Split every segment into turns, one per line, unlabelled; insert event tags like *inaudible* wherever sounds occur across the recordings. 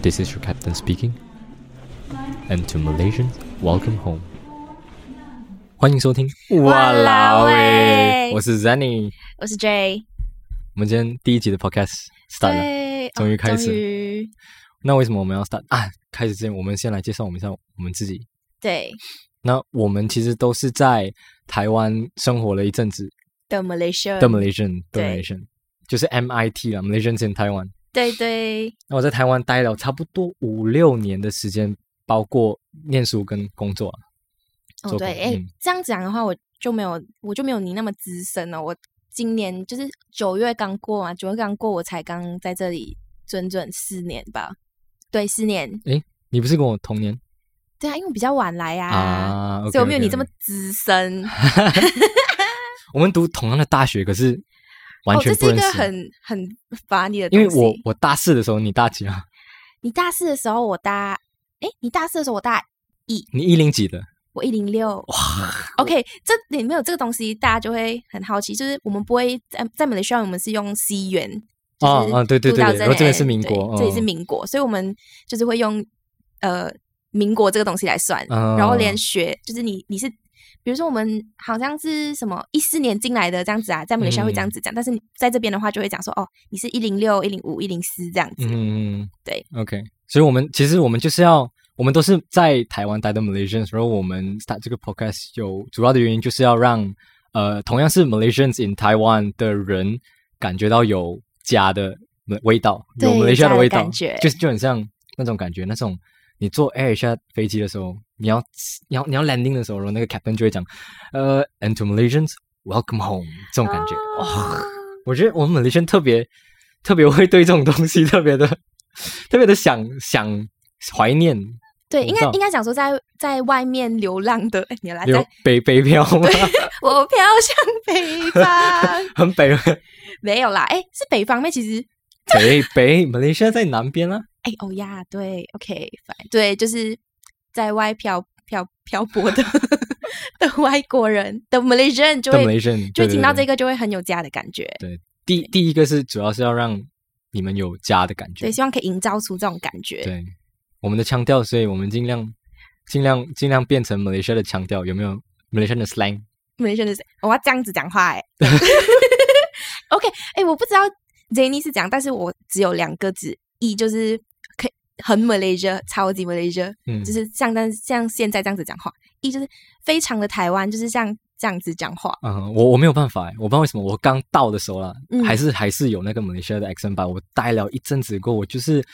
This is your captain speaking. And to Malaysians, welcome home. 欢迎收听，
哇啦喂
我是 Zanny。
我是 J，
我们今天第一集的 podcast start 了。
对，
终于开始
哦终于
那为什么我们要 start 啊？开始之前，我们先来介绍我们一下我们自己。
对
那我们其实都是在台湾生活了一阵子
的 Malaysia，
的 Malaysian，的
对
Malaysian，就是 MIT 啦，Malaysians in Taiwan。
对对
那我在台湾待了差不多五六年的时间，包括念书跟工作啊。做
哦
工
对，哎
嗯，
这样讲的话，我就没有我就没有你那么资深了。我今年就是九月刚过嘛，九月刚过，我才刚在这里整整四年吧，对，四年，
你不是跟我同年
对啊，因为我比较晚来啊，
啊？
所以我没有
OK，OK，
你这么
OK
资深。
我们读同样的大学，可是完
哦，
全
这
不
是一
认
个
识。
很很乏你的
因
东
为
西。
我我大四的时候你大几啊？
你大四的时候，我大哎，你大四的时候我大
你一零几的？
我一零六，哇，OK，这里面有这个东西，大家就会很好奇，就是我们不会在在马来西亚，我们是用 C 元，就是
哦哦对对对对
2000N
然后这边是民国
对
嗯
这里是民国，所以我们就是会用呃民国这个东西来算，
嗯
然后连学就是你你是。比如说，我们好像是什么一四年进来的这样子啊，在马来西
嗯
亚会这样子讲，但是你在这边的话就会讲说，哦，你是一零六、一零五、一零四这样子。
嗯，
对
，OK，所以我们其实我们就是要，我们都是在台湾待的 Malaysians，然后我们 start 这个 podcast 有主要的原因就是要让呃同样是 Malaysians in Taiwan 的人感觉到有家的味道，有
对
Malaysia
家的
味道，
感觉
就是就很像那种感觉，那种你坐 Air 下飞机的时候，你要你要你要 landing 的时候，然后那个 captain 就会讲，呃，and to Malaysians welcome home 这种感觉，哇、
啊
我觉得我们马来西亚特别特别会对这种东西特别的特别的想想怀念
对，
我
应
知
该
道
应该讲说在，在外面流浪的， *laughs* 哎，你来
有
在
北北
*laughs*
漂吗？
我飘向北方，
很北
*laughs* 没有啦，哎、是北方妹，其实，
北北马来西亚在南边啊，
哎、哦呀，对，OK，反对，就是在外漂漂漂泊的 *laughs* 的外国人的 Malaysian 就
在
会
马来西亚
就会听到这
个。
个就会很有家的感觉，
第第一个是主要是要让你们有家的感觉
对，，希望可以营造出这种感觉，
对我们的腔调，所以我们尽量尽量尽量变成马来西亚的腔调，有没有？马来西亚的 slang，
Malaysian 的是我要这样子讲话、
*laughs*
哎，OK，哎、我不知道 Jenny 是怎样，但是我只有两个字，一就是可以很 Malaysia，超级 Malaysia。
嗯，
就是像但像现在这样子讲话，一就是非常的台湾，就是像这样子
*laughs*
讲话。
嗯，我我没有办法欸，我不知道为什么我刚到的时候啦，
嗯
还是还是有那个马来西亚的 accent 吧。我待了一阵子过后，我就是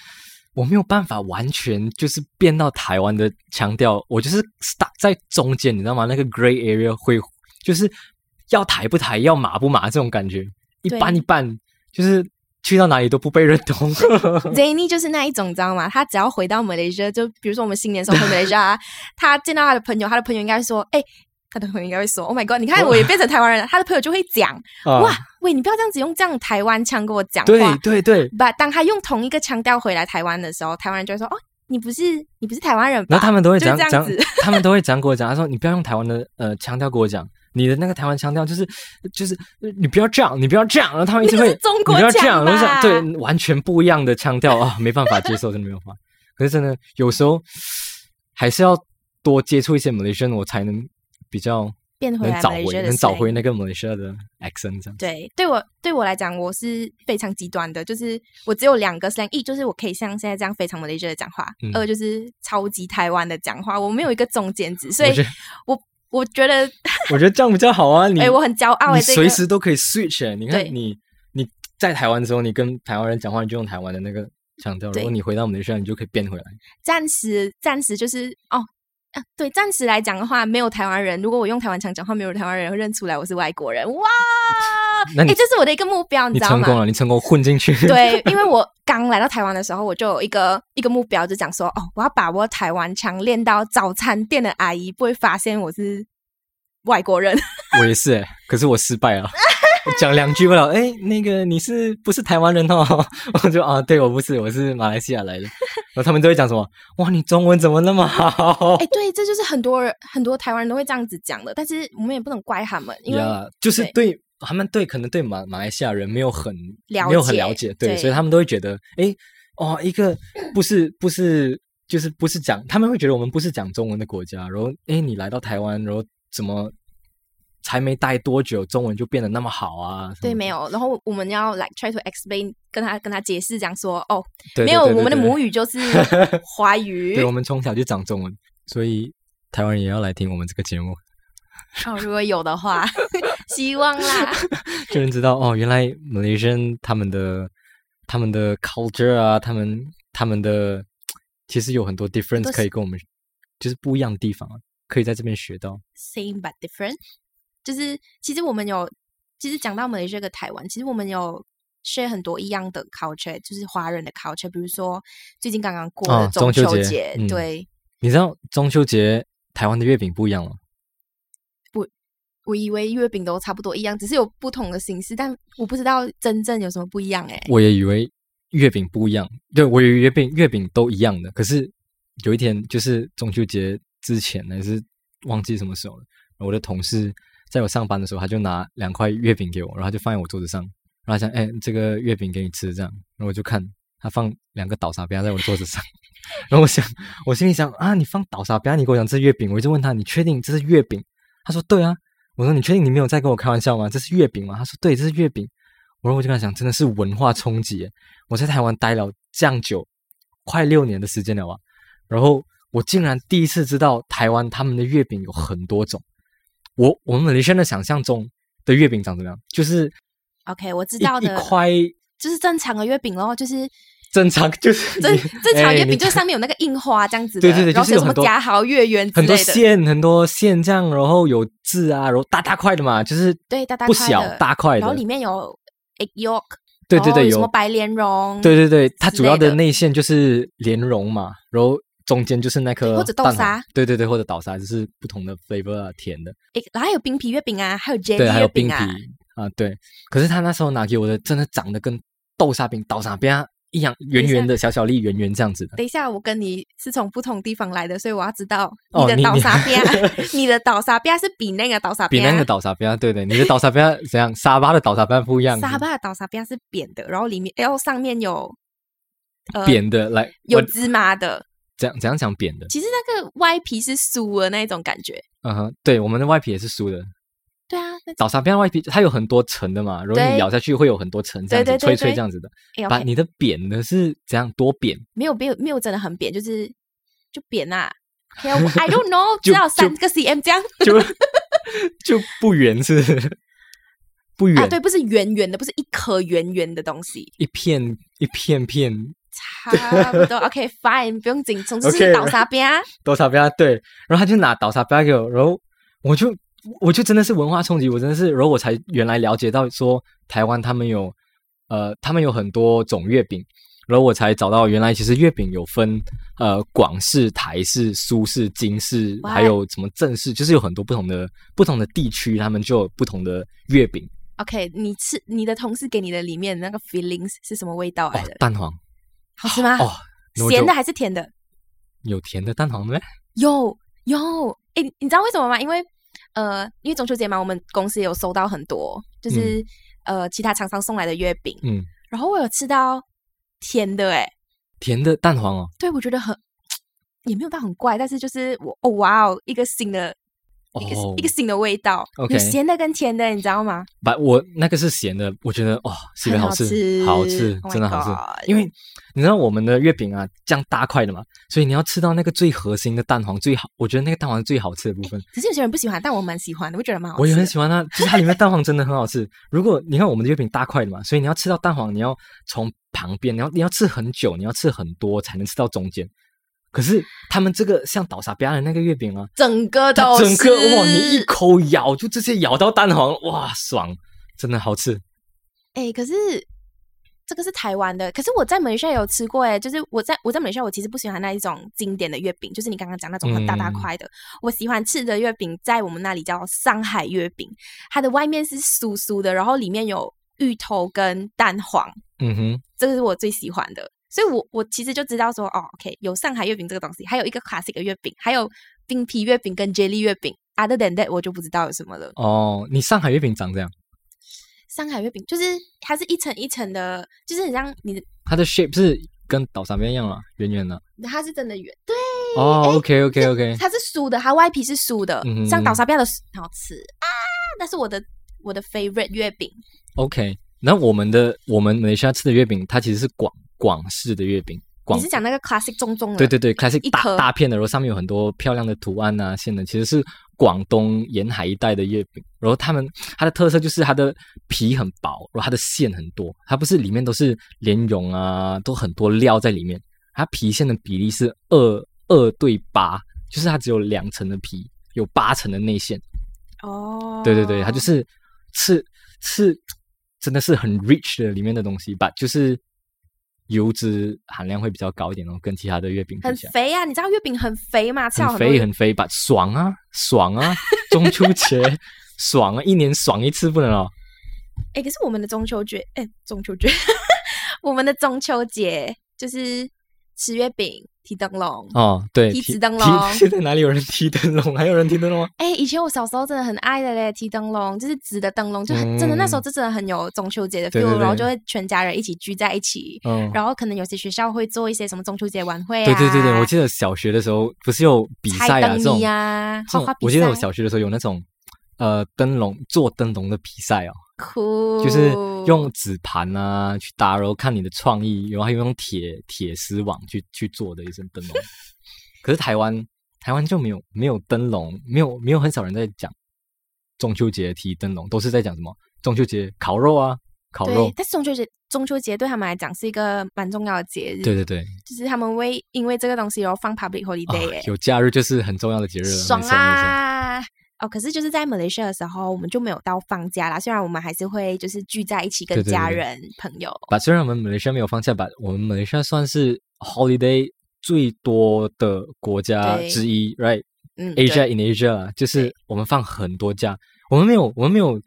我没有办法完全就是变到台湾的腔调，我就是 stuck 在中间，你知道吗？那个 gray area 会就是要抬不抬，要麻不麻这种感觉，一
对
般一般，就是去到哪里都不被认同。
Jenny E 就是那一种，你知道吗？他只要回到马来西亚，就比如说我们新年的时候回马来西亚，他见到他的朋友，他的朋友应该会说：“哎、他的朋友应该会说：‘Oh my god！’ 你看
我
我也变成台湾人了。”他的朋友就会讲：“
*laughs* 啊
*laughs* 哇，，喂，你不要这样子用这样台湾腔跟我讲
对
话。
对对”，
把当他用同一个腔调回来台湾的时候，台湾人就会说：“哦，你不是你不是台湾人吧？”
然后他们都会
就
这样
是这样子，
他们都会这样跟我讲，他说你不要用台湾的呃腔调跟我讲，你的那个台湾腔调就是就是呃你不要这样，你不要这样，然后他们一直会
是中
你
国
不要这样，
腔
我就
吧
想？对完全不一样的腔调啊，没办法接受，真的没有办法。可是真的有时候还是要多接触一些 Malaysian，我才能比较
变回
能
来
找
马来
回
西啊亚的
能找
slang
回那个 Malaysia 的 accent 这样。
对，对我对我来讲，我是非常极端的，就是我只有两个 slang，一就是我可以像现在这样非常 Malaysia 的讲话，
嗯
二就是超级台湾的讲话，我没有一个中间值，所以
我觉得
我我觉得，
我觉得这样比较好啊，你
哎、我很骄傲哎、
你
这
随
个
时都可以 switch 欸、你看
对
你你在台湾的时候，你跟台湾人讲话，你就用台湾的那个腔调；
对
如果你回到马来西亚，你就可以变回来。
暂时暂时就是哦。啊对，暂时来讲的话，没有台湾人。如果我用台湾腔讲话，没有台湾人会认出来我是外国人。哇，
*laughs* 那
哎、
你
这是我的一个目标，你
你
知道
成
吗？
功了，你成功混进去。
对，因为我刚来到台湾的时候，我就有一个一个目标，就讲说，哦，我要把握台湾腔，练到早餐店的阿姨不会发现我是外国人。
*laughs* 我也是、欸，可是我失败
*laughs*
了。我讲两句不了，哎、那个你是不是台湾人哦？ *laughs* 我就啊，对我不是，我是马来西亚
*laughs*
来的。然后他们都会讲什么？哇，你中文怎么那么好
哎、？对，这就是很多人很多台湾人都会这样子讲的，但是我们也不能怪他们，因为
Yeah，就是对他们对可能对马马来西亚人没有很
了解
没有很了解，对，
对
所以他们都会觉得，哎，哦，一个不是不是就是不是讲，他们会觉得我们不是讲中文的国家，然后诶，你来到台湾，然后怎么才没待多久，中文就变得那么好啊？
对，没
有，
有。然后我们要 like try to explain，跟他跟他解释，讲说哦，
对
没有，我们
语。
的
对对
母语就是
*laughs*
华语
对，。我们从小就讲中文，所以台湾人也要来听我们这个节目，
哦，如果有的话， *laughs* 希望啦。
就能知道哦，原来 Malaysian 他们的他们的 culture 啊，他们他们的其实有很多 difference
都是
可以跟我们，就是不一样的地方啊，可以在这边学到。
Same but different，就是其实我们有，其实讲到马来西亚跟台湾，其实我们有 share 很多一样的 culture，就是华人的 culture，比如说最近刚刚过
啊
的中
中秋
秋
节
节，
嗯
对
你知道中秋节台湾的月饼不一样吗？
我以为月饼都差不多一样，只是有不同的形式，但我不知道真正有什么不一样哎、
我也以为月饼不一样，对我以为月饼月饼都一样的。可是有一天，就是中秋节之前还是忘记什么时候了，我的同事在我上班的时候，他就拿两块月饼给我，然后他就放在我桌子上，然后他想，哎，这个月饼给你吃，这样，然后我就看他放两个倒沙边在我桌子上，然后我想，我心里想啊，你放倒沙边，你给我讲这是月饼，我一直问他，你确定这是月饼？他说对啊，我说你确定你没有在跟我开玩笑吗？这是月饼吗？他说对，这是月饼。然后我就跟他讲，真的是文化冲击耶。我在台湾待了这样久，快六年的时间了吧。然后我竟然第一次知道台湾他们的月饼有很多种。我我们雷生的想象中的月饼长怎么样？就是一
OK，我知道
一
的，
块
就是正常的月饼咯，就是
正常，就是
正
你
正常
哎
月
你
饼，就是上面有那个印花这样子的，
对对对，
然
就
后
是
是
有
什么
很多
嘉豪月圆之
很多
类的，
线，很多线这样，然后有字啊，然后大大块的嘛，就是
对大大
不
块
小
的
大块
然后
的，
里面有 egg yolk，
对对
然后
对，
哦有什么
有
白莲蓉，
对对对，它主要
之类
的
的
内馅就是莲蓉嘛，然后中间就是那颗
或者豆
蛋黄
沙，
对对对，或者倒沙，就是不同的 flavor 啊，甜的，
诶，然后还有冰皮月饼啊，还有
对，
jelly
还
月
有冰
饼
皮
啊，
啊，对。可是他那时候拿给我的，真的长得跟豆沙饼、倒沙饼啊一样，圆圆的，小小粒，圆圆这样子的。
等一下，我跟你是从不同地方来的，所以我要知道
哦
你的
你
倒
你
沙边，
*laughs*
你的倒沙边是比那个倒沙
比
边，
那个倒沙饼啊，对对，你的倒沙饼啊怎样？沙巴的倒沙饼啊不一样，*laughs*
沙巴的倒沙边是扁的，然后里面然后上面有呃
扁的来，
有
我
芝麻的，
怎样怎样讲扁的？
其实那个外皮是酥的那一种感觉。
嗯哼，对，我们的外皮也是酥的，
对啊，那
倒沙饼啊外皮它有很多层的嘛，然后
对
你咬下去会有很多层，这样子
对对对
脆脆
对
这样子的。
哎、
把
o k
你的扁的是怎样多扁？
没有没有没有真的很扁，就是就
*laughs*
扁啊。还有 I don't know，
就
只有
就
三个 cm 这样
就 *laughs* 就不圆是不圆、
啊，对，不是圆圆的，不是一颗圆圆的东
*laughs*
西，
一片一片片
差不多。OK，fine，、不用紧，总之
OK，
是倒沙边啊。
倒沙标对，然后他就拿倒沙标给我，然后我就我就真的是文化冲击，我真的是，然后我才原来了解到说台湾他们有呃他们有很多种月饼，然后我才找到原来其实月饼有分呃广式、台式、苏式、京式，
What？
还有什么正式，就是有很多不同的不同的地区，他们就有不同的月饼
OK，你吃你的同事给你的里面那个 feelings 是什么味道
哦
来的？，
蛋黄
好吃吗？ *laughs*
哦，那我就
咸的还是甜的？
有甜的蛋黄的咩？
有有，哎，你知道为什么吗？因为呃，因为中秋节嘛，我们公司也有收到很多，就是、呃其他厂商送来的月饼，
嗯，
然后我有吃到甜的，哎，
甜的蛋黄哦，
对我觉得很也没有到很怪，但是就是我哦哇哦，一个新的。一个、
哦
一个新的味道
OK
有咸的跟甜的，你知道吗？
把我那个是咸的，我觉得哦，西北
很好
吃，
吃
好吃，
Oh my
真的好吃。
God
因为你知道我们的月饼啊，这样大块的嘛，所以你要吃到那个最核心的蛋黄最好，我觉得那个蛋黄最好吃的部分，
可是有些人不喜欢，但我蛮喜欢的，我觉得哎蛮好吃的。
我也很喜欢它，就是它里面蛋黄真的很好吃。如果你看我们的月饼大块的嘛，所以你要吃到蛋黄，你要从旁边，你要你要吃很久，你要吃很多才能吃到中间。可是他们这个像倒沙比亚的那个月饼啊，
整个
它
都
整个
是
哇，你一口咬就直接咬到蛋黄，哇，爽，真的好吃。
哎、可是这个是台湾的，可是我在马来西亚有吃过哎、就是我在我在马来西亚，我其实不喜欢那一种经典的月饼，就是你刚刚讲那种很大大
嗯
块的。我喜欢吃的月饼，在我们那里叫上海月饼，它的外面是酥酥的，然后里面有芋头跟蛋黄，
嗯哼，
这个是我最喜欢的。所以我我其实就知道说，哦，OK，有上海月饼这个东西，还有一个卡式的月饼，还有冰皮月饼跟 jelly 月饼。Other than that，我就不知道有什么了。
哦，你上海月饼长这样，
上海月饼就是它是一层一层的，就是很像你的
它的 shape 是跟岛上面一样啊，圆圆的。
它是真的圆，对，
哦，OK OK OK，
它是酥的，它外皮是酥的，
嗯哼
像倒沙比亚的酥很好吃啊。但是我的我的 favorite 月饼，
OK，那我们的我们马来西亚吃的月饼，它其实是广广式的月饼，广
你是讲那个 classic 重重的，
对对对，classic
嗯一
大
颗
大片的，然后上面有很多漂亮的图案啊线的，其实是广东沿海一带的月饼。然后他们它的特色就是它的皮很薄，然后它的馅很多，它不是里面都是莲蓉啊，都很多料在里面，它皮馅的比例是二二对八，就是它只有两层的皮，有八层的内馅。
哦，
对对对，它就是是是真的是很 rich 的里面的东西吧，就是油脂含量会比较高一点哦，跟其他的月饼比
很
起来，
肥啊，你知道月饼很肥嘛，吃了
很
多
肥很肥吧，爽啊爽啊，中秋节爽啊，一年爽一次不能哦，
哎、可是我们的中秋节，哎、中秋节， *laughs* 我们的中秋节就是吃月饼、提灯笼。
哦对，
提
提
子灯
提
笼
现在哪里有人提灯笼？还有人提灯笼吗？
哎、以前我小时候真的很爱的嘞，提灯笼就是纸的灯笼，就很、真的那时候就真的很有中秋节的 feel，
嗯对对对
然后就会全家人一起聚在一起，
嗯。
然后可能有些学校会做一些什么中秋节晚会啊，
对对对对，我记得小学的时候不是有比
猜
赛啊，
灯
这种
谜啊
这种
画画比
我记得我
赛
小学的时候有那种呃灯笼做灯笼的比赛哦，
哭，
就是用纸盘啊去搭，然后看你的创意，然后还有用铁铁丝网去去做的一些灯笼。可是台湾台湾就没有没有灯笼，没有没有很少人在讲中秋节提灯笼，都是在讲什么中秋节烤肉啊，烤肉
对，。但是中秋节中秋节对他们来讲是一个蛮重要的节日，
对对对，
就是他们会因为这个东西然后放 public
啊
holiday 耶、
有假日就是很重要的节日了，
爽
没错没错。
啊！哦，可是就是在马来西亚的时候，我们就没有到放假啦。虽然我们还是会就是聚在一起跟
对对对
家
对
人、朋友。
把虽然我们马来西亚没有放假，把我们马来西亚算是 holiday 最多的国家
对
之一，right？
嗯
Asia
对
in Asia 啦，就是我们放很多假，我们没有我们没有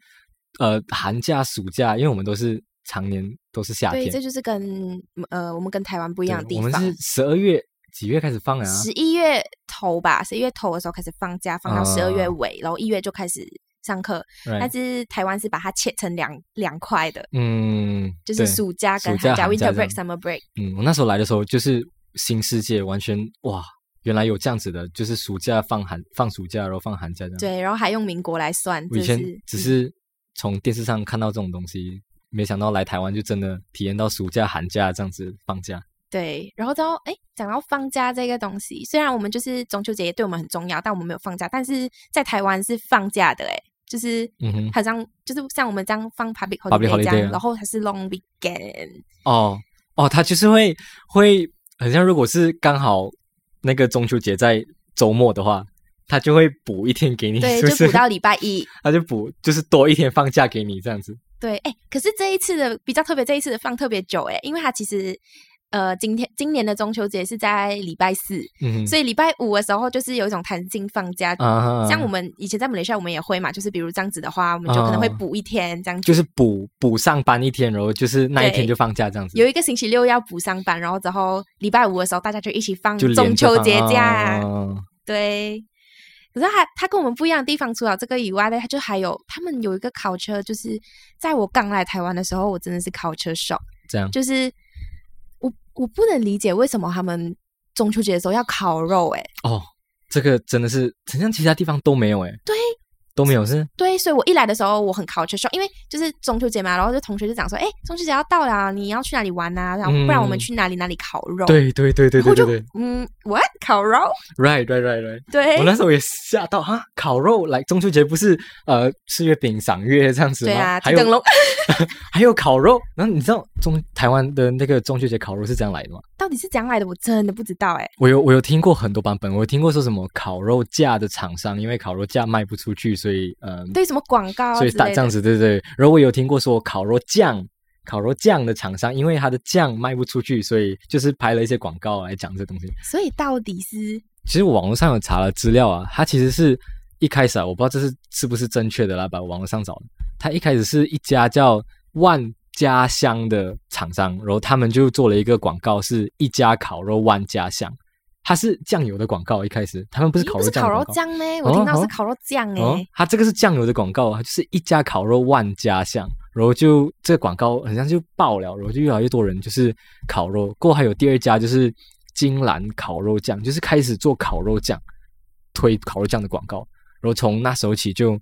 呃寒假暑假，因为我们都是常年都是夏
对，
天，
这就是跟呃我们跟台湾不一
对
样的地
我
方
们。是十二月几月开始放啊？
十一月头吧，十一月头的时候开始放假，放到十二
啊
月尾，然后一月就开始上课。但
right，
是台湾是把它切成两两块的，
嗯，
就是
对
暑假跟
暑假
寒假
寒假
（winter
这样
break、summer break）。
嗯，我那时候来的时候就是新世界，完全哇，原来有这样子的，就是暑假放寒放暑假，然后放寒假这样。，
对，然后还用民国来算，
我以
就
前
是嗯
只是从电视上看到这种东西，没想到来台湾就真的体验到暑假寒假这样子放假。
对，然后之后，哎，讲到放假这个东西，虽然我们就是中秋节对我们很重要，但我们没有放假，但是在台湾是放假的，哎，就是
嗯哼
好像就是像我们这样放 public
Public
holiday 这
holiday
样，
啊
然后它是 long weekend，
哦哦，他就是会会很像，如果是刚好那个中秋节在周末的话，他就会补一天给你， *laughs*
对，
*laughs* 是不？
就是补到礼拜一。
他就补就是多一天放假给你这样子。
对，哎，可是这一次的比较特别，这一次的放特别久，哎，因为它其实呃，今天今年的中秋节是在礼拜四，
嗯
所以礼拜五的时候就是有一种弹性放假。
啊，
像我们以前在马来西亚，我们也会嘛，就是比如这样子的话，我们就可能会
啊
补一天这样子。
就是补补上班一天，然后就是那一天
对
就放假这样子，
有一个星期六要补上班，然后之后礼拜五的时候大家就一起放
就连着
中秋
放
节假，
哦
对。可是他他跟我们不一样的地方，除了这个以外呢，他就还有他们有一个考车，就是在我刚来台湾的时候，我真的是考车 shock，
这样。
就是我我不能理解为什么他们中秋节的时候要烤肉、欸，
哦，这个真的是，好像其他地方都没有诶，
对，
都没有是
对，所以我一来的时候我很 culture shock，因为就是中秋节嘛，然后就同学就讲说，哎，中秋节要到了，你要去哪里玩啊？然后不然我
嗯
们去哪里哪里烤肉？
对对对对
然后
对
我
对
就
对
嗯，what 烤肉？
，right right right right。
对，
我那时候也吓到啊！烤肉来中秋节不是呃吃月饼赏月这样子吗？
对啊，
还
提灯
有
笼
还有烤肉。然后你知道中台湾的那个中秋节烤肉是这样来的吗？
*laughs* 到底是怎样来的，我真的不知道哎、
我有我有听过很多版本，我有听过说什么烤肉架的厂商因为烤肉架卖不出去，所以呃
对，什么广告啊
所以
之
打
类
这样
的，
子，对对对。然后我有听过说烤肉酱。烤肉酱的厂商，因为它的酱卖不出去，所以就是拍了一些广告来讲这东西。
所以到底是
其实我网络上有查了资料啊，它其实是一开始啊，我不知道这是是不是正确的啦，把网络上找的。它一开始是一家叫万家香的厂商，然后他们就做了一个广告，是一家烤肉万家香，它是酱油的广告，一开始他们不是
咦
烤
不
肉
是
酱
烤
的
肉
广告
酱咩？
哦
我听到是
哦
烤肉酱哎、
哦，它这个是酱油的广告啊，就是一家烤肉万家香，然后就这个广告好像就爆了，然后就越来越多人就是烤肉。过后还有第二家就是金兰烤肉酱，就是开始做烤肉酱，推烤肉酱的广告。然后从那时候起就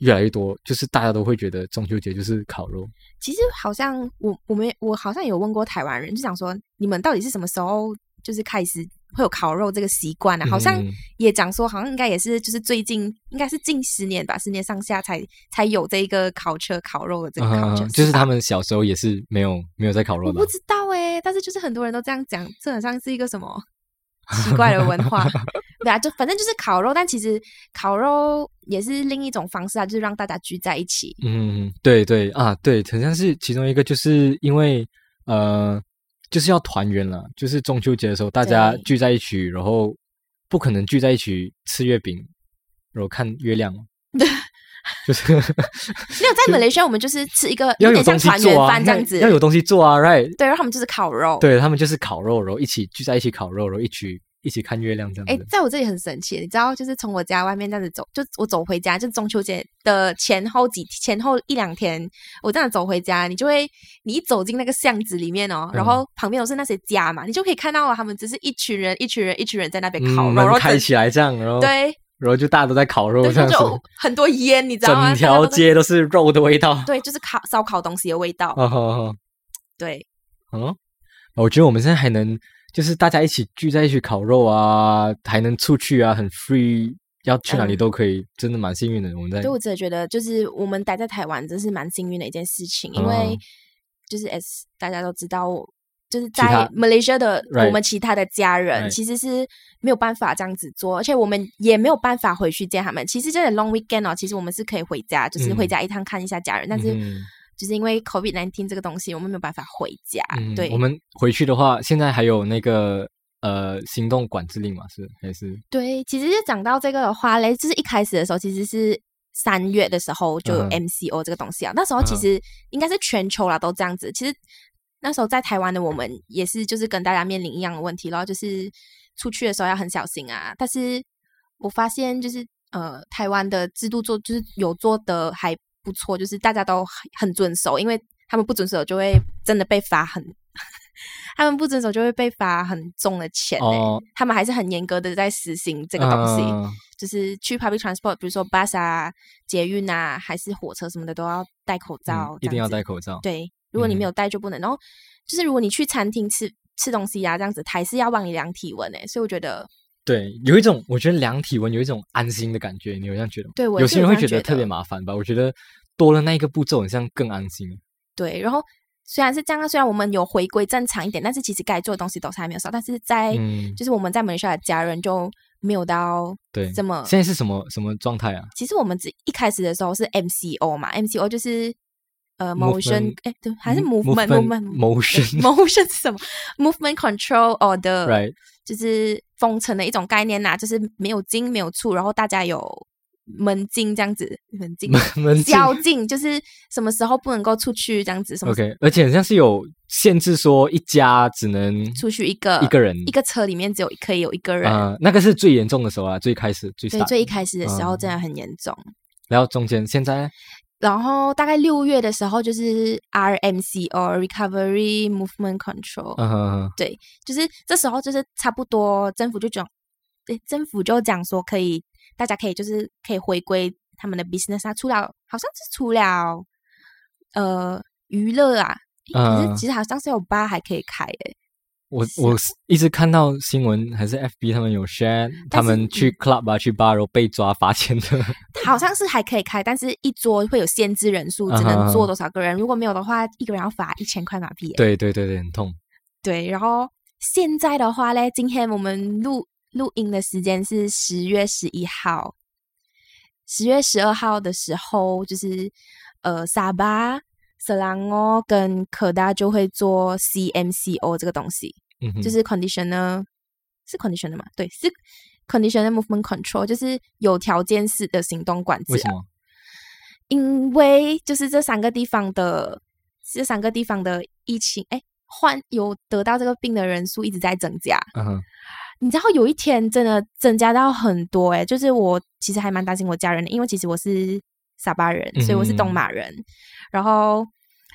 越来越多，就是大家都会觉得中秋节就是烤肉。
其实好像我我们我好像有问过台湾人，就想说你们到底是什么时候就是开始会有烤肉这个习惯呢、啊？好像
嗯
也讲说，好像应该也是就是最近应该是近十年吧，十年上下才才有这一个烤车烤肉的这个烤
啊、
车、
就是他们小时候也是没有没有在烤
我
肉的
不
啊，
知道哎、但是就是很多人都这样讲，这好像是一个什么 *laughs* 奇怪的文
*laughs*
化，对啊，就反正就是烤肉，但其实烤肉也是另一种方式啊，就是让大家聚在一起。
嗯，对对啊，对，好像是其中一个，就是因为呃，就是要团圆了，就是中秋节的时候大家
对
聚在一起，然后不可能聚在一起吃月饼，然后看月亮
*laughs*
嘛，就是 *laughs*
没有在马来西亚，我们就是吃一个
要
有
有
点像
东西
团圆
做啊，
饭这样
要
子，
要有东西做啊，right？
对，然后他们就是烤肉。
对他们就是烤肉，然后一起聚在一起烤肉，然后一起一起看月亮这
哎
样子，。
在我这里很神奇，你知道，就是从我家外面这样子走，就我走回家，就中秋节的前后几前后一两天，我这样走回家，你就会，你一走进那个巷子里面哦，然
嗯
后旁边都是那些家嘛，你就可以看到啊他们只是一群人、一群人、一群人在那边
嗯，
烤肉，
门
然后
开
整
起来这样，然后
对，
然后就大家都在烤肉
对，
这样
就
子，
就很多烟，你知道吗？
整
大家
条
都在，
街都是肉的味道。
对，就是烤烧烤东西的味道，
哦好好。
对，
嗯，我觉得我们现在还能就是大家一起聚在一起烤肉啊，还能出去啊，很 free，要去哪里
嗯
都可以，真的蛮幸运的。我们在
所以我真的觉得，就是我们待在台湾真是蛮幸运的一件事情，因
嗯
为就是 as 大家都知道，就是
其他
在 Malaysia 的
Right
我们其他的家人
Right
其实是没有办法这样子做，而且我们也没有办法回去见他们。其实真的 long weekend 哦，其实我们是可以回家，就是回
嗯
家一趟看一下家人，但是
嗯
就是因为 COVID 1 9这个东西，我们没有办法回家。
嗯，
对
我，们回去的话，现在还有那个呃行动管制令嘛，是还是
对，其实就讲到这个的话嘞，就是一开始的时候其实是三月的时候就有
嗯
MCO 这个东西啊，那时候其
嗯
实应该是全球啦都这样子。其实那时候在台湾的我们也是就是跟大家面临一样的问题咯，就是出去的时候要很小心啊。但是我发现就是呃，台湾的制度做就是有做的还不错，就是大家都很很遵守，因为他们不遵守就会真的被罚很。 *laughs* 他们不遵守就会被罚很重的钱、欸
哦
他们还是很严格的在实行
这
这个东西，
嗯
就是去 public transport，比如说 bus 啊、捷运啊，还是火车什么的，都要戴口罩，
嗯一定要
这
戴
样子。
口罩。
对，如果你没
嗯
有戴就不能。然后就是如果你去餐厅吃吃东西啊，这样子还是要帮你量体温诶、所以我觉得，
对，有一种我觉得量体温有一种安心的感觉，你有这样觉得吗？
对我
有
是
些人会
有这样
觉
觉
得特别
得
麻烦吧，我觉得多了那一个步骤，好像更安心了。
对，然后。虽然是这样啊，虽然我们有回归正常一点，但是其实该做的东西都是还没有少。但是在、
嗯，
就是我们在马来西亚的家人就没有到
对。
这么
现在是什么什么状态啊？
其实我们只一开始的时候是 MCO 嘛，MCO 就是呃 motion
Movement-
哎对，还是
Move-
movement movement
嗯 motion
对 motion *laughs* 是什么？movement control
*laughs*
order
right
就是封城的一种概念呐、就是没有进没有出，然后大家有门禁这样子，门禁
门禁
宵禁就是什么时候不能够出去这样子，什么时候
OK，而且好像是有限制，说一家只能
出去一个
一个人
一个车里面只有可以有一个人。
呃，那个是最严重的时候啊，最开始最
对，
大，
最一开始的时候
嗯
真的很严重。
然后中间现在
然后大概六月的时候就是 RMCO 哦 Recovery Movement Control，、
嗯、呃
就是这时候就是差不多政府就讲，对，政府就讲说可以，大家可以就是可以回归他们的 business 啊，除了好像是除了呃娱乐啊，诶可
嗯
是其实好像是有吧还可以开诶、
我我是一直看到新闻还是 FB 他们有 share 他
但是嗯
们去 club 啊去 bar 然后被抓罚钱的，
好像是还可以开，但是一桌会有限制人数，只
啊哈
能
哈
坐多少个人，如果没有的话，一个人要罚一千块马币、欸。
对对对对，很痛。
对，然后现在的话嘞，今天我们录录音的时间是十月十一号，十月十二号的时候，就是呃，沙巴、色朗哦跟可大就会做 CMCO 这个东西，
嗯哼，
就是 conditioner 是 conditioner 吗？对，是 conditioner movement control，就是有条件式的行动管制
为。什么？
因为就是这三个地方的这三个地方的疫情，哎，患有得到这个病的人数一直在增加，
嗯哼，
你知道有一天真的增加到很多诶、就是我其实还蛮担心我家人的，因为其实我是沙巴人，所以我是东马人。然后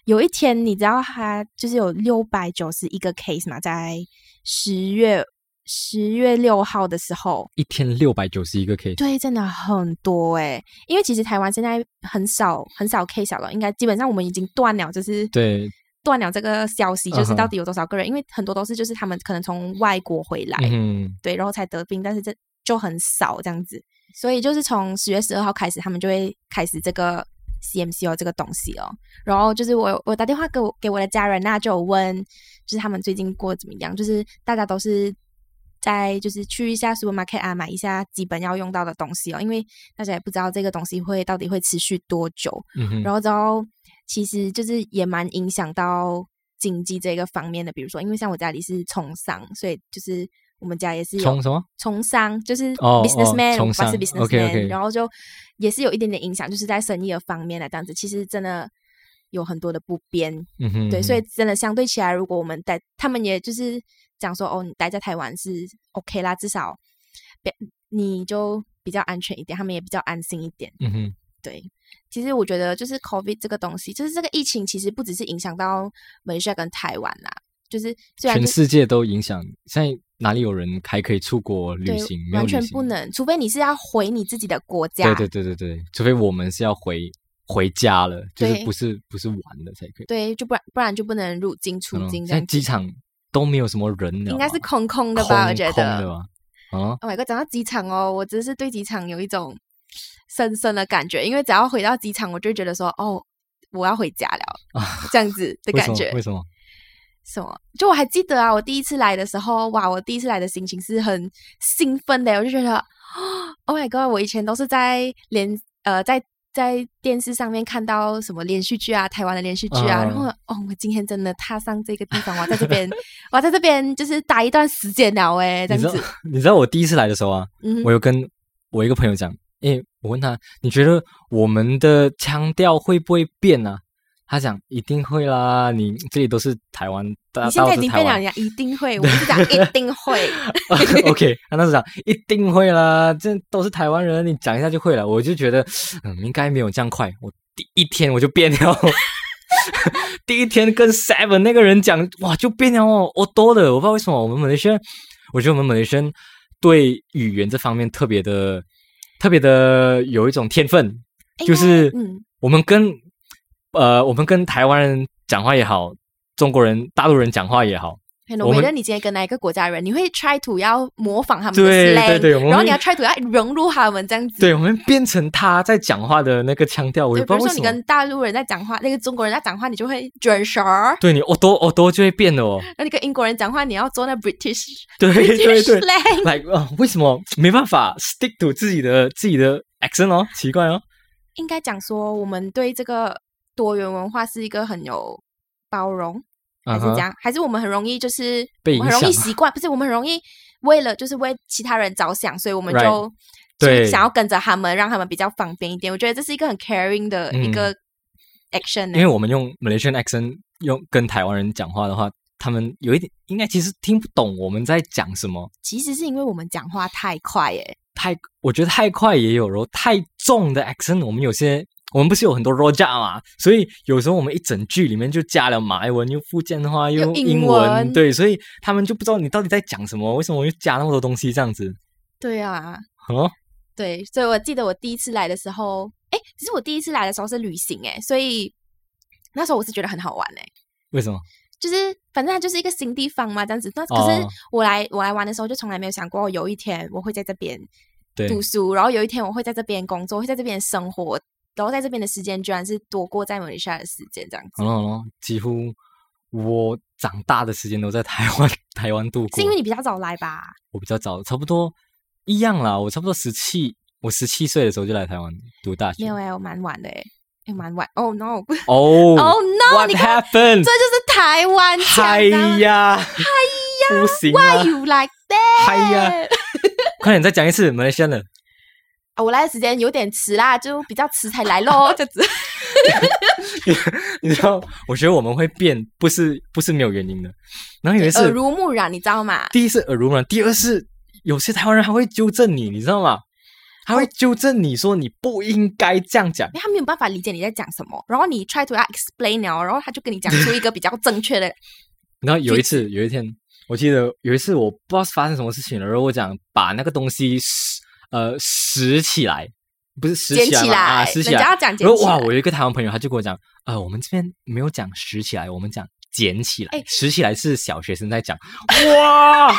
有一天，你知道他就是有六百九十一个 case 嘛，在十月十月六号的时候，
一天六百九十一个 K，
对，真的很多诶、因为其实台湾现在很少很少 case 了，应该基本上我们已经断了，就是
对，
断了这个消息，就
嗯
是
哼
到底有多少个人因为很多都是就是他们可能从外国回来，
嗯
对，然后才得病，但是这就很少这样子。所以就是从十月十二号开始，他们就会开始这个 CMC 哦这个东西哦。然后就是我有我打电话给我给我的家人那、就有问就是他们最近过得怎么样，就是大家都是。在就是去一下 supermarket 啊，买一下基本要用到的东西哦，因为大家也不知道这个东西会到底会持续多久，
嗯哼，
然后之后其实就是也蛮影响到经济这个方面的，比如说，因为像我家里是从商，所以就是我们家也是有
从什么？
从商，就是
哦哦
businessman，、
从
我爸是
商
businessman，
，OK，OK
然后就也是有一点点影响，就是在生意的方面来啊这样子，其实真的。有很多的不便，
嗯哼，
对，所以真的相对起来，如果我们待，他们也就是讲说，哦，你待在台湾是 OK 啦，至少，别你就比较安全一点，他们也比较安心一点。
嗯哼，
对，其实我觉得就是 COVID 这个东西，就是这个疫情，其实不只是影响到马来西亚跟台湾啦，就是虽然
全
啊就
世界都影响，现在哪里有人还可以出国旅
对
行？没有
完
旅
全
行
不能，除非你是要回你自己的国家，
对对对对对，除非我们是要回回家了，就是
对
不是不是玩了才可以。
对就不然不然就不能入境出
嗯
境
现
这
在
样子，
机场都没有什么人了啊，
应该是空空的
空
吧？我觉
空
得
的。吧？啊，
Oh my god！讲到机场哦，我真是对机场有一种深深的感觉，因为只要回到机场，我就会觉得说，哦，我要回家了，这样子的
啊为什
感
么
觉。
为什么？
什么？就我还记得啊，我第一次来的时候，哇，我第一次来的心情是很兴奋的，我就觉得 *gasps* ，Oh my god！我以前都是在连呃在在电视上面看到什么连续剧啊，台湾的连续剧啊，然后
嗯
哦，我今天真的踏上这个地方，我要在这边， *laughs* 我要在这边就是待一段时间了，哎，这
你
样
知道
子，
你知道我第一次来的时候啊，
嗯
我
哼，
有跟我一个朋友讲，因为我问他，你觉得我们的腔调会不会变呢、他讲一定会啦，你这里都是台湾，大
你现
大家都
在已
是
经
台
变了，
湾
你。讲一定会，我
*laughs*
是讲一定会， *laughs*
OK，他啊当时讲一定会啦，这都是台湾人，你讲一下就会了。我就觉得，嗯，应该没有这样快。我第一天我就变了， *laughs* 第一天跟 Seven 那个人讲，哇，就变了哦，我多的，我不知道为什么我们马来西亚，我觉得我们马来西亚人对语言这方面特别的、特别的有一种天分，
应
就
该
是
嗯，
我们跟呃，我们跟台湾人讲话也好，中国人、大陆人讲话也好，
很多。
我
无
们
论你今天跟哪一个国家人，你会 try to 要模仿他们的
对
啊 slang，
对对，我们
然后你
会
要 try to 要融入他们这样
*laughs*
子。
对，我们变成他在讲话的那个腔调，我也
就
不
比
知道
如
为
说
什
你
么。
跟大陆人在讲话，那个中国人在讲话，你就会卷舌儿； *laughs*
对你哦多哦多就会变的哦，
那你跟英国人讲话，你要做那 British
对 *laughs* 对
British *laughs*
对
slang。
来啊，为什么没办法 stick to 自己的自己的 accent 哦？奇怪哦，
应该讲说，我们对这个多元文化是一个很有包容，还
啊
是
哈
这样？还是我们很容易就是
被
我们很
影
容易
响
习惯，不是我们很容易为了就是为其他人着想，所以我们
Right
就
对
就想要跟着他们，让他们比较方便一点。我觉得这是一个很 caring 的一
嗯
个 action 欸
因
呢、
为我们用 Malaysian accent 用跟台湾人讲话的话，他们有一点应该其实听不懂我们在讲什么，
其实是因为我们讲话太快欸耶、
太我觉得太快也有，然后太重的 accent，我们有些我们不是有很多 roja 嘛，所以有时候我们一整句里面就加了马来文，又福建话，
又
又
英
英
文
对，所以他们就不知道你到底在讲什么，为什么又加那么多东西这样子？
对啊，
哦，
对，所以我记得我第一次来的时候，哎，其实我第一次来的时候是旅行，哎，所以那时候我是觉得很好玩，哎，
为什么？
就是反正它就是一个新地方嘛，这样子。那可是
哦
我来、我来玩的时候，就从来没有想过有一天我会在这边
对
读书，然后有一天我会在这边工作，会在这边生活，然后在这边的时间居然是多过在马来西亚的时间，这样子
好。了好了，哦几乎我长大的时间都在台湾 *laughs* 台湾度过
是因，为你比较早来吧？
我比较早，差不多一样啦，我差不多十七。我十七岁的时候就来台湾读大学
没有。哎、我蛮晚的哎、诶蛮晚。Oh no！
*laughs* 哦
Oh no！
What
你看，这
happened？
就是台湾腔
嗨
啊
呀，嗨呀，不行啊！
！You like that？
嗨哎呀，快点再讲一次马来西亚的。
哎啊，我来的时间有点迟啦，就比较迟才来
*laughs*
咯，这样子。
*laughs* 你知道，我觉得我们会变，不是不是没有原因的。然后有一
耳
次，
濡目染，你知道吗？
第一是耳濡目染，第二是有些台湾人还会纠正你，你知道吗？他会纠正你说你不应该这样讲。
因为哎他没有办法理解你在讲什么，然后你 try to 要 explain 了，然后他就跟你讲出一个比较正
*laughs*
确的
然后有一次，有一天，我记得有一次，我不知道是发生什么事情了，然后我讲把那个东西拾呃拾起来，不是拾
捡
起来
起
嘛啊，
来，
拾
人
起来。
家要讲捡
然
啊
后
起
哇，
来。
我有一个台湾朋友，他就跟我讲，呃，我们这边没有讲拾起来，我们讲捡起来
哎，
拾起来是小学生在
*laughs*
讲。哇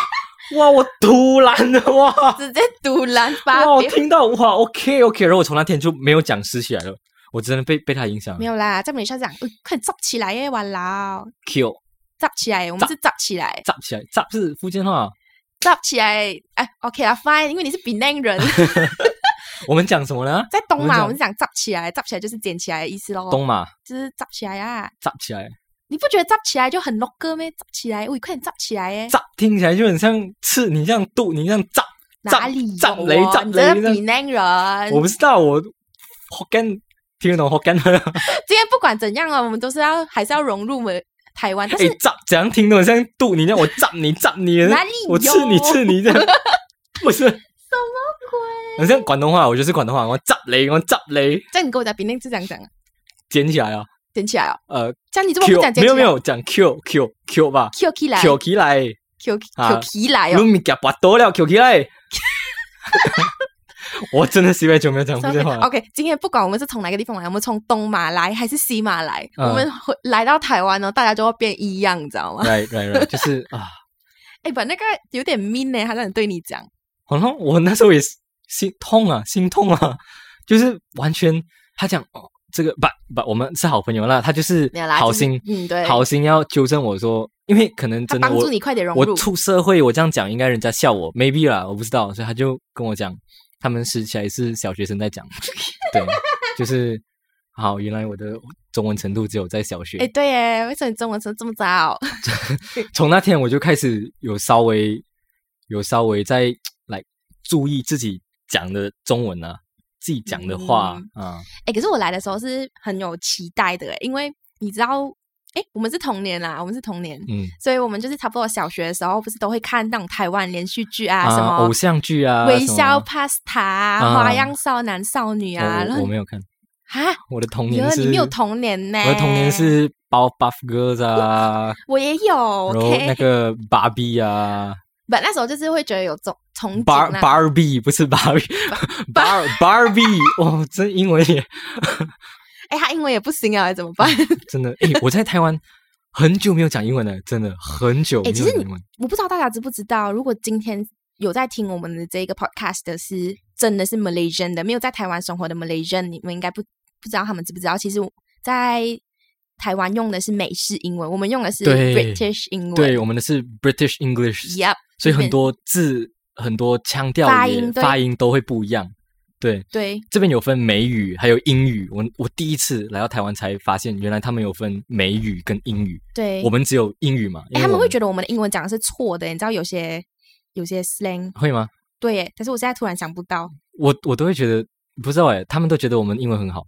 哇，我突然的哇，
直接堵拦发
哇，我
表。
听到哇，OK OK，然后我从那天就没有讲拾起来了，我真的被被他影响了
没。有啦，在马来西亚讲，呃快站起来耶，完啦，
Q
站起来，我们是站起来，
炸起来，炸是福建话，
站起来，哎，OK 啦，fine，因为你是 Penang
*laughs*
人，
我们讲什么呢？
在东嘛，
我们
我们是讲站起来，站起来就是捡起来的意思咯，
东马
就是站起来啊，
炸起来，
你不觉得站起来就很 local 咩？站起来，喂，快点站起来耶，
炸听起来就很像刺，你这样剁，你这样炸。
哪里
站
有
雷
哦
站
你这
雷
个
这样
Penang 人
我，不知道，我 Hokkien 听得懂 Hokkien 吗？
今天不管怎样啊，我们都是要还是要融入我们台湾，但
哎
是，
炸怎样听懂？像剁你这样，我炸你炸你，
哪里有啊
我刺你刺你这样， *laughs* 不是
鬼
很像广东话，我就是广东话，我炸雷我炸雷，
这样你跟我讲 Penang 是这样讲啊，
捡起来啊，
捡起来哦，
呃
这样你这么不
，Q
讲捡
没
起
有
来，
没有讲 Q Q Q 吧
Q 起来
，Q 起来，
，Q
啊
Q 起来哦
你。咪夹把多了 Q 起来。 *laughs* 我真的是因为久没有讲福建话了。
OK，今天不管我们是从哪个地方来，我们从东马来还是西马来，
嗯
我们回来到台湾哦呢，大家就会变一样，你知道吗？
right right right，就是啊，
哎，把那个有点 mean 呢、他这样对你讲，
好像我那时候也是心痛啊，心痛啊，就是完全他讲哦，这个不不，我们是好朋友啦，他就是
没有啦，
好
就是
心、
嗯，对，
好心要纠正我说，因为可能
他
真的
帮
我
助你快点融
我
入，
出社会，我这样讲应该人家笑我，maybe 啦，我不知道，所以他就跟我讲，他们拾起来是小学生在
*laughs*
讲，对，就是好，原来我的中文程度只有在小学，
哎，对耶，为什么你中文说这么糟？ *laughs*
从那天我就开始有稍微有稍微在来注意自己讲的中文啊，自己讲的话啊，
哎，可是我来的时候是很有期待的耶，因为你知道，哎，我们是童年啦，我们是童年，
嗯
所以我们就是差不多小学的时候，不是都会看那种台湾连续剧啊，什
啊，
么
偶像剧啊，
微
什么
笑 pasta 啊、
啊
花样少男少女啊，然
我
后
我
你
没有看，
啊，
我的童
哟
年是
你没有童年呢
我的童年是包 Buff Girls 啊，
我也有
然后那
*laughs* ，OK，
个 Barbie 啊
本那时候就是会觉得有种憧
，Bar
憬啊啦。
Barbie 不是
*laughs*
Barbie，Bar Barbie，哇，这英文也
哎，他英文也不行啊，怎么办？
真的，诶，我在台湾很久没有讲英文了，真的很久没
诶
有
其实
讲
你
英文。
我不知道大家知不知道，如果今天有在听我们的这个 podcast 的是真的是 Malaysian 的，没有在台湾生活的 Malaysian，你们应该不不知道他们知不知道，其实我在台湾用的是美式英文，我们用的是
对
British 英文。
对，我们的是 British English，
Yep，
所以很
边
多字、很多腔调
发
也
音对
发音都会不一样。对，
对，
这边有分美语还有英语。我我第一次来到台湾才发现，原来他们有分美语跟英语。
对，
我们只有英语嘛？因
哎、
为
他们
我
会觉得我们的英文讲的是错的，你知道有些有些 slang
会吗？
对耶，但是我现在突然想不到。
我我都会觉得不知道哎，他们都觉得我们英文很好。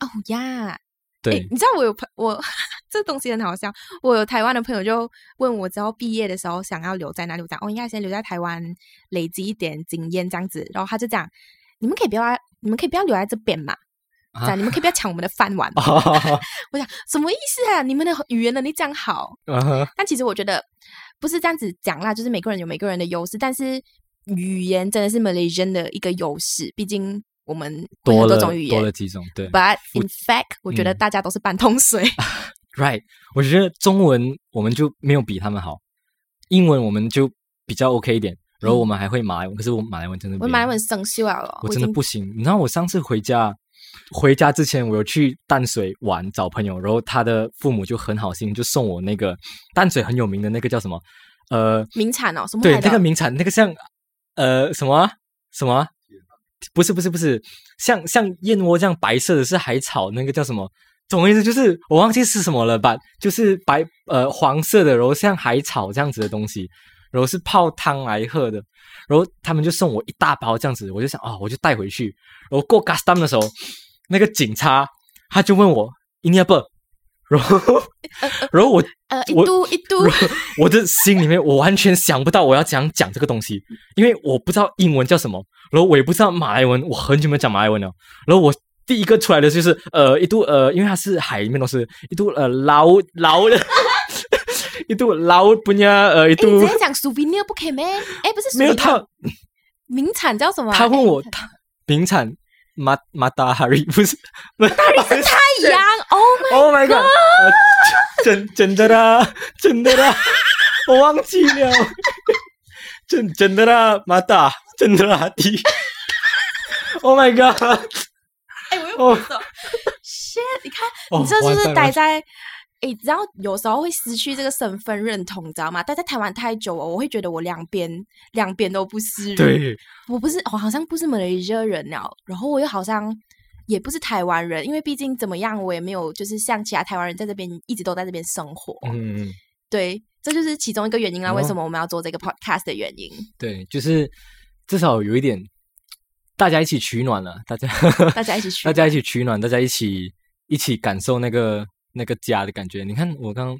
哦呀，
对， *laughs*
诶你知道我有朋我 *laughs* 这东西很好笑，我有台湾的朋友就问我之后毕业的时候想要留在哪里，我讲哦，应该先留在台湾累积一点经验这样子，然后他就讲你们可以不要来，你们可以不要留在这边嘛。
啊。
讲、你们可以不要抢我们的饭碗
啊
*laughs* 我想什么意思啊？你们的语言能力这样好，
啊哈
但其实我觉得不是这样子讲啦，就是每个人有每个人的优势，但是语言真的是 Malaysian 的一个优势，毕竟我们会
多
很多
了
种语
多
言
了。几种，对
But in fact，我觉得
嗯
大家都是半桶水。
，right。我觉得中文我们就没有比他们好，英文我们就比较 OK 一点，然后我们还会马来文，可是我马来文真的
我
比
马来文生锈啊了咯，
我
已
真的
经
不行。你知道我上次回家，回家之前我有去淡水玩找朋友，然后他的父母就很好心，就送我那个淡水很有名的那个叫什么？呃，
名产哦，什么
对
来，的
那个名产，那个像呃什么啊什么啊？不是不是不是，像像燕窝这样白色的是海草，那个叫什么？总而言之，就是我忘记是什么了吧？就是白呃黄色的，然后像海草这样子的东西，然后是泡汤来喝的。然后他们就送我一大包这样子，我就想啊、我就带回去。然后过 Gastam 的时候，那个警察他就问我 i n a b 然然后 *laughs* 然后我
呃，一
我
度一度
我， *laughs* 我的心里面，我完全想不到我要怎样讲这个东西，因为我不知道英文叫什么，然后我也不知道马来文，我很久没有讲马来文了。然后我第一个出来的就是呃一度呃，因为它是海里面都是一度呃老老的，一度老 punya 呃一
哎，你
度
直接讲 souvenir 不可以咩？哎，不是
没有
souvenir，
他
名产叫什么啊？
他问我他名产马马达哈瑞不是马达哈瑞是
太阳哦，
Oh my god！呃 *laughs* 真真的啦，真的啦，我忘记了，真真的啦，马达，真的啦，弟。Oh my god！
哎，我又
哦
不知道。shit，你看，
哦
你这就
完蛋
是
了
待在，哎，你知道有时候会失去这个身份认同，你知道吗？待在台湾太久了，我会觉得我两边两边都不是人。
对，
我不是，我好像不是马来西亚人了，然后我又好像也不是台湾人，因为毕竟怎么样，我也没有就是像其他台湾人在这边一直都在这边生活。
嗯，
对，这就是其中一个原因啦。
哦
为什么我们要做这个 podcast 的原因？
对，就是至少有一点，大家一起取暖了，大家
大家一起去
大，家一起取 *laughs* 暖，大家一起一起感受那个那个家的感觉。你看我刚刚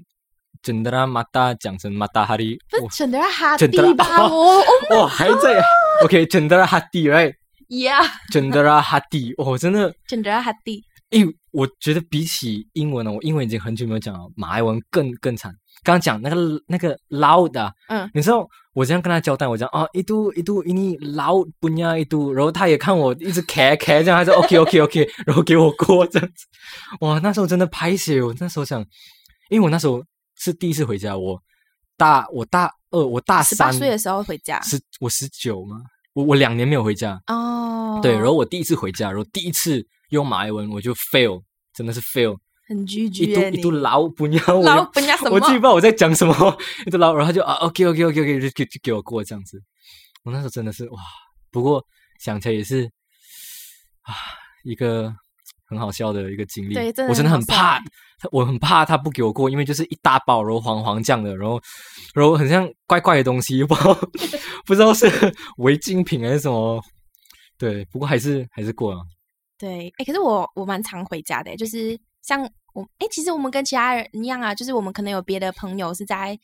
真的啦，马达讲成马达哈利，
不是整的哈
真的 *laughs*
地吧？我哦
我哇还在啊 OK，真的啦哈蒂，right？
*laughs* 呀，
真的啦哈蒂，哦，真的。
整的哈地。
因为我觉得比起英文呢，我英文已经很久没有讲了，马来文更更惨。刚刚讲那个那个 loud 啊，
嗯，
你知道我这样跟他交代，我讲啊，一度一度一尼 loud 不呀一度，然后他也看我一直咳咳这样，他说 OK OK OK，然后给我过这样子。哇，那时候真的拍写，我那时候想，因为我那时候是第一次回家，我大我大二我大
十八
三
岁的时候回家
十我十九嘛，我我两年没有回家，
哦，
对，然后我第一次回家，然后第一次用马来文，我就 fail，真的是 fail，
很拘拘
一度
耶
一
你
度老不要我
老
就，
人家什
我自己不知
么
道我在讲什么， *laughs* 一度老，然后他就啊 OK OK OK OK 就给就给我过这样子，我那时候真的是哇，不过想起来也是啊一个很好笑的一个经历，
对真的
我真的
很
很
好笑
怕他，我很怕他不给我过，因为就是一大包，然后黄黄酱的，然后然后很像怪怪的东西， *laughs* 不知道不知道是 *laughs* 违禁品还是什么。对，不过还是还是过了。
对，哎、可是我我蛮常回家的，就是像我，哎、其实我们跟其他人一样啊，就是我们可能有别的朋友是在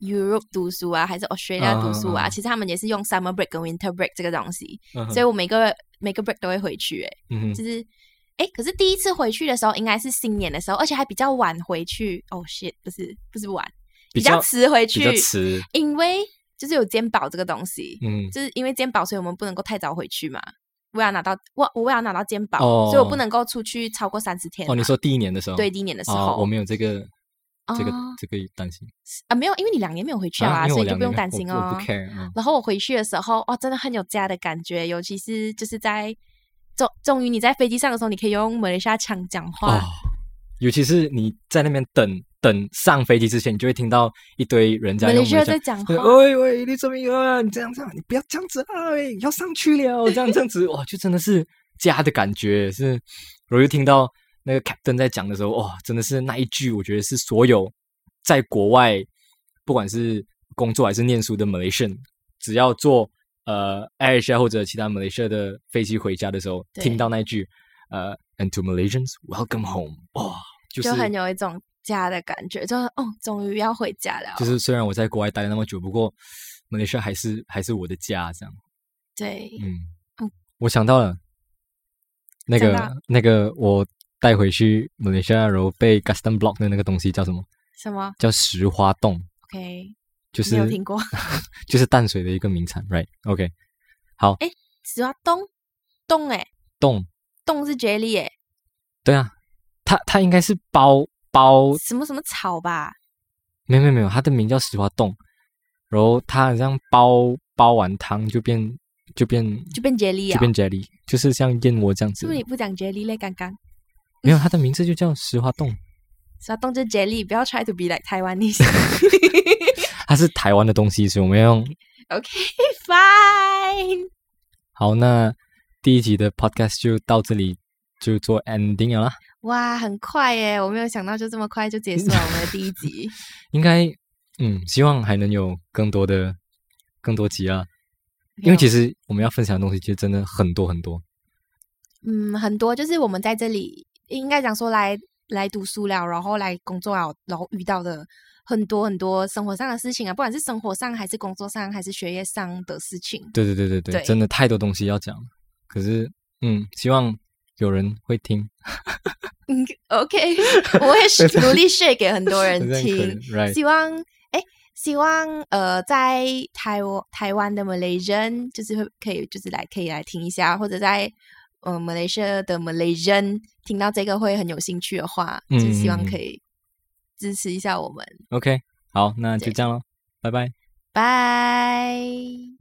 Europe 读书啊，还是 Australia 读书啊，
啊
其实他们也是用 summer break 跟 winter break 这个东西，
嗯哼
所以我每个每个 break 都会回去，哎，
嗯哼，
就是，哎、可是第一次回去的时候应该是新年的时候，而且还比较晚回去，哦、shit，不是不是晚，
比
较
较
迟回去
比较，迟，
因为就是有健保这个东西，
嗯，
就是因为健保，所以我们不能够太早回去嘛。我要拿到我我要拿到健保，
哦
所以我不能够出去超过三十天嘛。
哦，你说第一年的时候，
对第一年的时候，
啊，我没有这个这个
哦
这个担心
啊没有，因为你两年没有回去啊，
因为
所
我
以就
两
不用
年
担
我
心
我
哦
不。care 啊，
然后我回去的时候，哦，真的很有家的感觉，尤其是就是在终终于你在飞机上的时候，你可以用马来西亚腔讲话。
哦，尤其是你在那边等等上飞机之前，你就会听到一堆人
马
家
来
用
西亚
马来
在
西
讲话
亚，呃喂喂，你怎么啊？你这样这样，你不要这样子啊！喂要上去了，这样这样子，哇，就真的是家的感觉是。然后又听到那个 captain 在讲的时候，哇，真的是那一句，我觉得是所有在国外，不管是工作还是念书的 Malaysian，只要坐呃 Air Asia 或者其他 Malaysia 的飞机回家的时候，
对
听到那一句呃 And to Malaysians, welcome home，哇，就是
就很有一种家的感觉，就是哦，终于要回家了。
就是虽然我在国外待了那么久，不过 Malaysia 还是还是我的家，这样。
对，
嗯
嗯，啊
我想到了，那
想
个
到
那个我带回去 Malaysia 然后被 custom block 的那个东西叫什么？
什么
叫石花冻，
？OK，
就是
没有听过。
就是淡水的一个名产，right？OK，、好，
石花冻冻哎，
冻，
冻是 jelly 哎、
对啊，它它应该是包包，
什么什么草吧？
没有没有没有，它的名叫石花冻，然后它好像包包完汤就变就变
就变 jelly
就
啊、
变 jelly，就是像燕窝这样
是
子
不是，你不讲 jelly 嘞？刚刚
没有它的名字就叫石花冻，
要动就 jelly，不要 try to be like Taiwanese。
*laughs* 它是台湾的东西，所以我们要用
OK fine， *laughs*
好，那第一集的 podcast 就到这里，就做 ending 了啦。
哇，很快耶！我没有想到就这么快就结束了我们的第一集。
应该，嗯，希望还能有更多的更多集啊，因为其实我们要分享的东西其实真的很多很多。
嗯，很多就是我们在这里应该讲说来来读书了，然后来工作了，然后遇到的很多很多生活上的事情啊，不管是生活上还是工作上还是学业上的事情。
对对对对对，
对
真的太多东西要讲。可是，嗯，希望有人会听，
嗯，OK，
*laughs*
我 *laughs* 会努力 share 给很多人
这样可以
听。
，right？
希望哎，希望呃，在台湾台湾的 Malaysian 就是会可以就是来可以来听一下，或者在呃 Malaysia 的 Malaysian 听到这个会很有兴趣的话，就是
嗯
希望
嗯嗯
可以支持一下我们。
OK，好，那就
对
这样咯，拜拜。
拜。